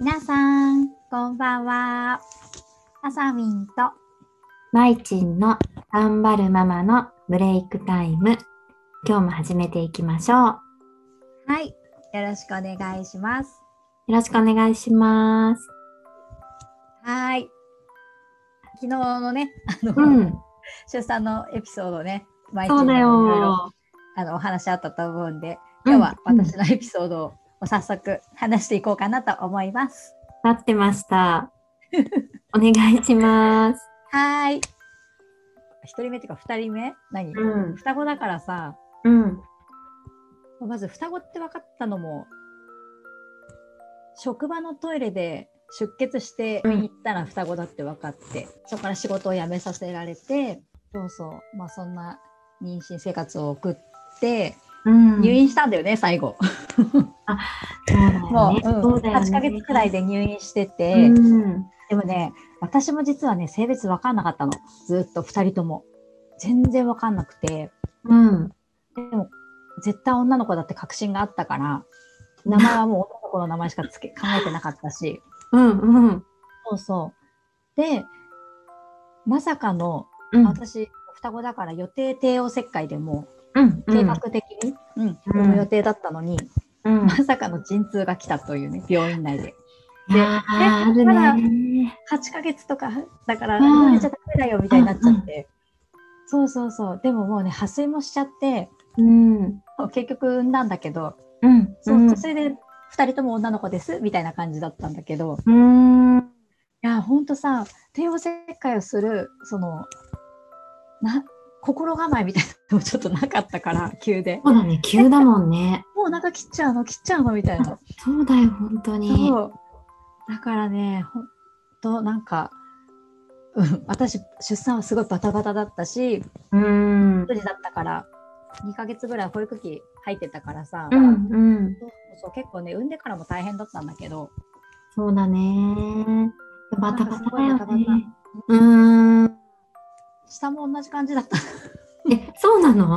皆さん、こんばんは。あさみんと、まいちんの頑張るママのブレイクタイム。今日も始めていきましょう。よはい、よろしくお願いします。ろしくお願いします。はい。昨日のね、あの、うん、出産のエピソードね、毎そうだいろいろよ。あのお話あったと思うんで、うん今日は私のエピソードを早速話していこうかなと思います。待って ました。お願いします。はーい。一人目っていうか二人目何、ん、双子だからさ、うん、まず双子って分かったのも職場のトイレで出血してうん行ったら双子だって分かって、そこから仕事を辞めさせられてそうそうまあそんな妊娠生活を送ってうん。入院したんだよね、最後ももう,、う、そうだよね。 8ヶ月くらいで入院してて、うん。でもね私も実はね性別分かんなかったのずっと2人とも全然分かんなくてうん。でも絶対女の子だって確信があったから名前はもう男の子の名前しかつけ考えてなかったしうん、うん。そうそうでまさかのうん、私双子だから予定帝王切開でもうん、計画的に、うんこの予定だったのに、うん。まさかの陣痛が来たというね病院 内でいやーあるまだね。 8ヶ月とかだからうん生まれちゃダメだよみたいになっちゃって、そうそうそうでももうね破水もしちゃってうん、うん、結局産んだんだけどうん。そうそれで2人とも女の子ですみたいな感じだったんだけどうん。いやほんとさ帝王切開をするそのな心構えみたいなのもちょっとなかった から急でそうだね、急だもんね。もうなんか切っちゃうの切っちゃうのみたいなそうだよ、本当に。そうだからねほんとなんか、うん、私出産はすごいバタバタだったしうん。育児だったから2ヶ月ぐらい保育器入ってたからさ、うん、うん。そうそう結構ね産んでからも大変だったんだけどそうだね。バタなんかバタだすよごいバタバね。うーん。下も同じ感じだったえ、そうなの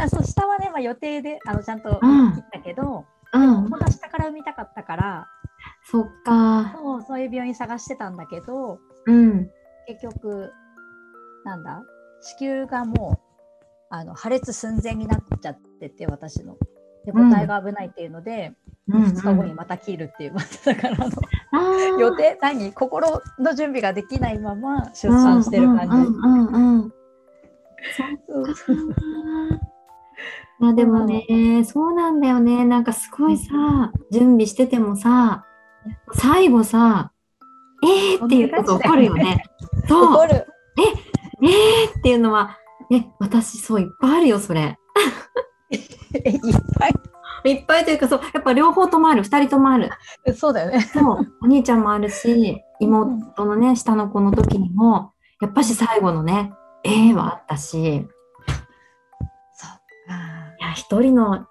あそう下はね、まあ、予定であのちゃんとうん切ったけど、うん。本当は下から産みたかったからそっか。そうそういう病院探してたんだけどうん。結局なんだ子宮がもうあの破裂寸前になっちゃってて私の。でうん母体が危ないっていうので、うん、う2日後にん。また切るっていう、まただからあのあー予定何心の準備ができないまま出産してる感じ。うん、うん、うんうん。そうそっか。まあでもね、そうなんだよね。なんかすごいさ、準備しててもさ、最後さ、えーっていうこと起こる よね。そう。怒るえーっていうのは、え、私そういっぱいあるよ、それ。えいっぱいっぱいというか、そう、やっぱ両方ともある、二人ともある。いそうだよね。そう、お兄ちゃんもあるし、妹のね、下の子の時にも、やっぱし最後のね、ええはあったし、いそっか。や、一人の、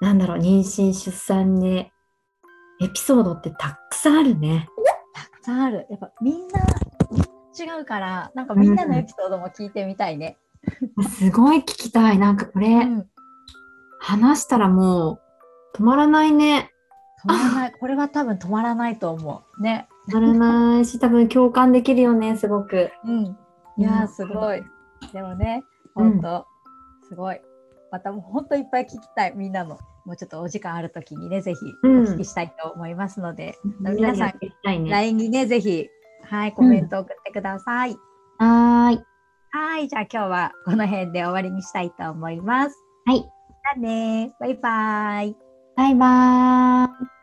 なんだろう、妊娠、出産ね、エピソードってたくさんあるね。たくさんある。やっぱみんな違うからなんかみんなのエピソードも聞いてみたいね。すごい聞きたい。なんかこれ、うん。話したらもう、止まらないね。止まらない。これは多分止まらないと思う。ね。止まらないし、多分共感できるよね、すごく。うん。いやーすごい。でもね、本当、すごい。またもう本当いっぱい聞きたいみんなの。もうちょっとお時間あるときにね、ぜひお聞きしたいと思いますので、 皆さん聞きたいね。 LINE にね、ぜひ、はい、コメント送ってください。はーい。はい、じゃあ今日はこの辺で終わりにしたいと思います。はい。じゃあねバイバイ。バイバーイ。